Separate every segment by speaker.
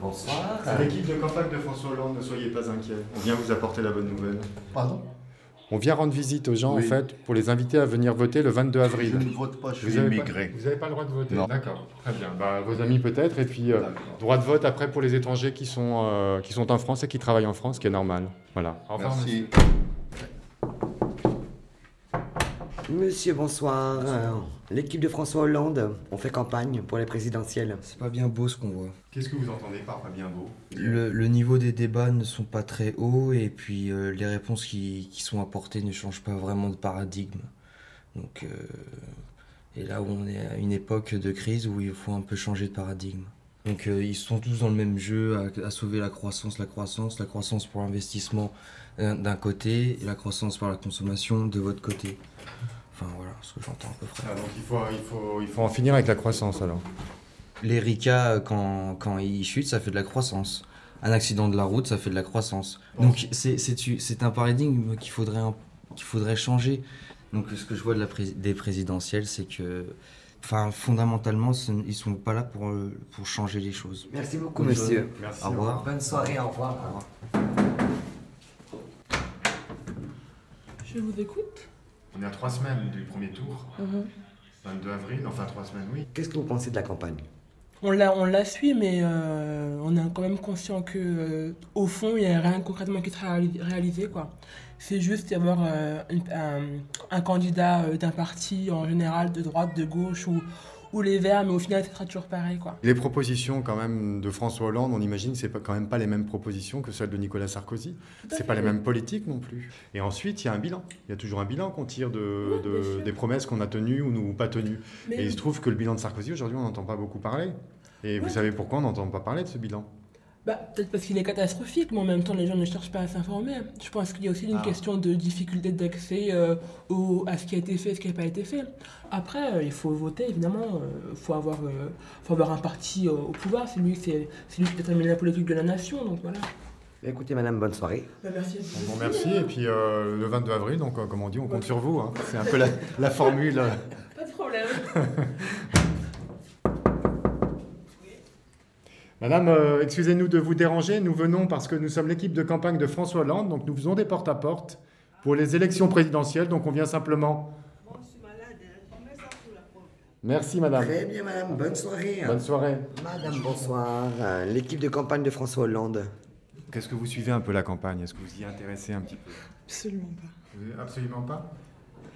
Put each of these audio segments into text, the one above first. Speaker 1: Bonsoir.
Speaker 2: Euh,
Speaker 3: L'équipe de campagne de François Hollande, ne soyez pas inquiets. On vient vous apporter la bonne nouvelle.
Speaker 4: Pardon
Speaker 2: On vient rendre visite aux gens,
Speaker 4: Oui.
Speaker 2: en fait, pour les inviter à venir voter le 22
Speaker 4: Je
Speaker 2: avril.
Speaker 4: ne vote pas, je
Speaker 2: Vous
Speaker 4: suis
Speaker 2: avez pas-
Speaker 4: immigré.
Speaker 2: Vous n'avez pas le droit de voter
Speaker 4: Non.
Speaker 2: D'accord, très bien. Bah, vos amis peut-être, et puis euh,
Speaker 4: D'accord.
Speaker 2: droit de vote après pour les étrangers qui sont, euh, qui sont en France et qui travaillent en France, ce qui est normal. Voilà. Au revoir, monsieur.
Speaker 4: Merci.
Speaker 5: Monsieur, bonsoir. Euh, L'équipe de François Hollande, on fait campagne pour les présidentielles.
Speaker 6: C'est pas bien beau ce qu'on voit.
Speaker 3: Qu'est-ce que vous entendez par pas bien beau
Speaker 6: Le, le niveau des débats ne sont pas très hauts et puis euh, les réponses qui, qui sont apportées ne changent pas vraiment de paradigme. Donc, euh, et là où on est à une époque de crise où il faut un peu changer de paradigme. Donc euh, ils sont tous dans le même jeu à, à sauver la croissance, la croissance, la croissance pour l'investissement d'un d'un côté et la croissance par la consommation de votre côté. Enfin voilà ce que j'entends à peu près.
Speaker 2: Ah, donc il faut, il, faut, il faut en finir avec la croissance alors.
Speaker 6: Les ricas, euh, quand, quand ils chutent, ça fait de la croissance. Un accident de la route, ça fait de la croissance. Donc c'est- c'est tu- c'est un paradigme qu'il faudrait, un- qu'il faudrait changer. Donc ce que je vois de la pré- des présidentielles, c'est que enfin, fondamentalement, ce n- ils sont pas là pour, euh, pour changer les choses.
Speaker 5: Merci beaucoup,
Speaker 6: Bonne
Speaker 5: monsieur.
Speaker 6: journée.
Speaker 3: Merci.
Speaker 6: Au revoir.
Speaker 5: Bonne soirée, au revoir.
Speaker 7: Je vous écoute.
Speaker 3: On est à trois semaines du premier tour. 22 avril, enfin trois semaines, oui.
Speaker 5: Qu'est-ce que vous pensez de la campagne
Speaker 7: On la, on la suit, mais euh, on est quand même conscient que, euh, au fond, il n'y a rien concrètement qui sera réalis- réalisé. quoi. C'est juste y avoir euh, une- un, un candidat euh, d'un parti, en général, de droite, de gauche, ou, ou les verts, mais au final, ça sera toujours pareil. quoi.
Speaker 2: Les propositions quand même de François Hollande, on imagine que c'est pas- quand même pas les mêmes propositions que celles de Nicolas Sarkozy.
Speaker 7: à
Speaker 2: C'est
Speaker 7: fait.
Speaker 2: pas les mêmes politiques non plus. Et ensuite, il y a un bilan. Il y a toujours un bilan qu'on tire de,
Speaker 7: Oui,
Speaker 2: de-
Speaker 7: bien sûr.
Speaker 2: des promesses qu'on a tenues ou, nous- ou pas tenues.
Speaker 7: Mais
Speaker 2: Et il se trouve que le bilan de Sarkozy aujourd'hui, on n'entend pas beaucoup parler. Et vous
Speaker 7: Oui.
Speaker 2: savez pourquoi on n'entend pas parler de ce bilan
Speaker 7: bah, peut-être parce qu'il est catastrophique, mais en même temps, les gens ne cherchent pas à s'informer. Je pense qu'il y a aussi une question de difficulté d'accès euh, au- à ce qui a été fait, ce qui n'a pas été fait. Après, euh, il faut voter, évidemment. Il faut, avoir, euh, faut avoir un parti euh, au pouvoir. C'est lui, c'est, c'est lui qui détermine la politique de la nation. Donc voilà.
Speaker 5: Écoutez, madame, bonne soirée.
Speaker 7: Bah, merci. à vous
Speaker 2: On vous
Speaker 7: aussi,
Speaker 2: remercie.
Speaker 7: hein.
Speaker 2: Et puis euh, le 22 avril, donc euh, comme on dit, on compte sur vous. hein. C'est un peu la, la formule.
Speaker 7: Pas de problème.
Speaker 2: Madame, euh, excusez-nous de vous déranger. Nous venons parce que nous sommes l'équipe de campagne de François Hollande, donc nous faisons des porte-à-porte pour les élections présidentielles. Donc on vient simplement.
Speaker 7: hein.
Speaker 2: Merci, madame.
Speaker 5: Très bien, madame, Ah. bonne soirée.
Speaker 2: Bonne soirée.
Speaker 5: Madame, bonsoir. Euh, L'équipe de campagne de François Hollande.
Speaker 2: Qu'est-ce que vous suivez un peu la campagne Est-ce que vous y intéressez un petit peu
Speaker 8: Absolument pas.
Speaker 3: Absolument pas.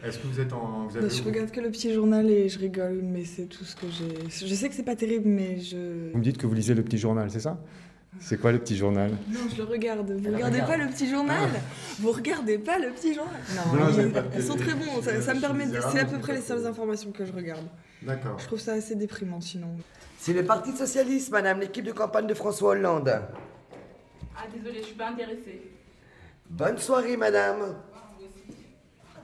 Speaker 3: Est-ce que vous êtes en. Vous
Speaker 8: Bah, je regarde que le petit journal et je rigole, mais c'est tout ce que j'ai. Je sais que c'est pas terrible, mais je.
Speaker 2: Vous me dites que vous lisez le petit journal, c'est ça C'est quoi le petit journal
Speaker 8: Non, je le regarde. Vous regardez pas le petit journal Vous regardez pas le petit journal Non,
Speaker 3: Non,
Speaker 8: ils-
Speaker 3: j'ai pas de
Speaker 8: elles sont
Speaker 3: télé.
Speaker 8: très bons. Ça, ça me
Speaker 3: Je
Speaker 8: permet.
Speaker 3: suis
Speaker 8: de- C'est à
Speaker 3: vraiment
Speaker 8: peu près les seules
Speaker 3: d'accord.
Speaker 8: informations que je regarde.
Speaker 3: D'accord.
Speaker 8: Je trouve ça assez déprimant sinon.
Speaker 5: C'est le Parti Socialiste, madame, l'équipe de campagne de François Hollande.
Speaker 9: Ah désolé, je suis pas intéressée.
Speaker 5: Bonne soirée, madame.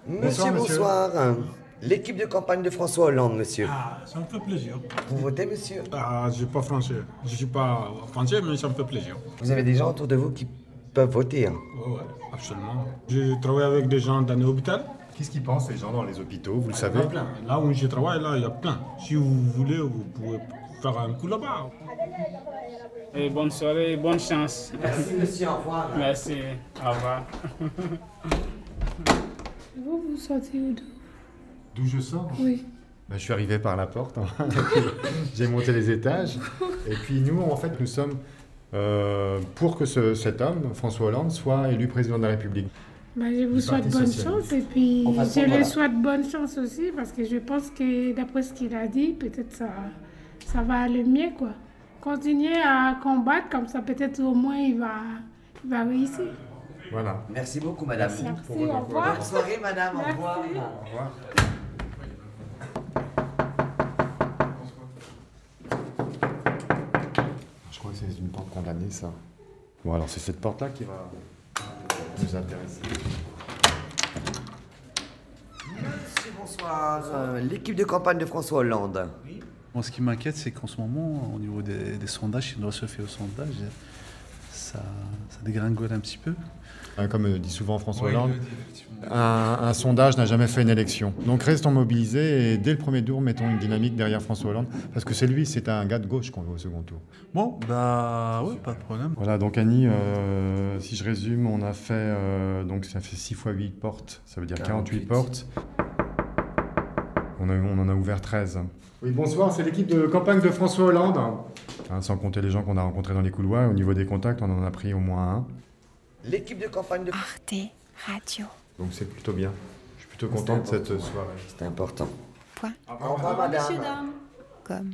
Speaker 5: Monsieur,
Speaker 2: Bonsoir, monsieur.
Speaker 5: bonsoir. L'équipe de campagne de François Hollande, monsieur.
Speaker 10: Ah, ça me fait plaisir.
Speaker 5: Vous votez, monsieur
Speaker 10: Ah, je suis pas français. Je suis pas français, mais ça me fait plaisir.
Speaker 5: Vous avez des gens autour de vous qui peuvent voter. hein.
Speaker 10: Ouais, ouais, absolument. Je travaille avec des gens dans l'hôpital.
Speaker 2: Qu'est-ce qu'ils pensent les gens dans les hôpitaux Vous le
Speaker 10: Ah, Il y en
Speaker 2: savez
Speaker 10: a plein. Là où je travaille, là, il y a plein. Si vous voulez, vous pouvez faire un coup là-bas.
Speaker 11: Et bonne soirée, bonne chance.
Speaker 5: Merci, monsieur, au revoir.
Speaker 11: Merci, au revoir.
Speaker 9: Vous vous sentez où de-
Speaker 3: D'où je sors
Speaker 9: Oui.
Speaker 2: Bah, je suis arrivé par la porte. hein. J'ai monté les étages. Et puis nous, en fait, nous sommes euh, pour que ce- cet homme, François Hollande, soit élu président de la République.
Speaker 9: Bah, je vous
Speaker 2: Du
Speaker 9: souhaite
Speaker 2: Parti
Speaker 9: bonne
Speaker 2: socialiste.
Speaker 9: chance et puis
Speaker 5: On va
Speaker 9: je
Speaker 5: prendre, voilà.
Speaker 9: lui souhaite bonne chance aussi parce que je pense que d'après ce qu'il a dit, peut-être ça, ça va aller mieux quoi. Continuez à combattre comme ça, peut-être au moins il va, il va réussir.
Speaker 2: Voilà.
Speaker 5: Merci beaucoup, madame.
Speaker 9: Merci, au revoir.
Speaker 5: Bonne soirée, madame. Au revoir.
Speaker 2: Au revoir. Je crois que c'est une porte condamnée, ça. Bon, alors c'est cette porte-là qui va nous intéresser.
Speaker 5: Monsieur, bonsoir. Euh, L'équipe de campagne de François Hollande.
Speaker 12: Moi, ce qui m'inquiète, c'est qu'en ce moment, au niveau des, des sondages, si on doit se fier aux sondages,
Speaker 1: ça, ça dégringole un petit peu.
Speaker 2: Hein, Comme euh, dit souvent François
Speaker 1: Ouais, il
Speaker 2: Hollande,
Speaker 1: le dit, effectivement.
Speaker 2: un, un sondage n'a jamais fait une élection. Donc restons mobilisés et dès le premier tour, mettons une dynamique derrière François Hollande, parce que c'est lui, c'est un gars de gauche qu'on veut au second tour.
Speaker 1: Bon, bah ouais, pas de problème.
Speaker 2: Voilà, donc Annie, euh, si je résume, on a fait, euh, donc ça fait 6 fois 8 portes, ça veut dire 48,
Speaker 6: 48.
Speaker 2: portes. On, a- on en a ouvert 13. Oui, bonsoir, c'est l'équipe de campagne de François Hollande. Hein, sans compter les gens qu'on a rencontrés dans les couloirs, au niveau des contacts, on en a pris au moins un.
Speaker 5: L'équipe de campagne de.
Speaker 4: Arte Radio.
Speaker 2: Donc c'est plutôt bien. Je suis plutôt content de cette soirée.
Speaker 5: C'était important.
Speaker 4: Point.
Speaker 5: Au revoir, madame.
Speaker 4: Comme.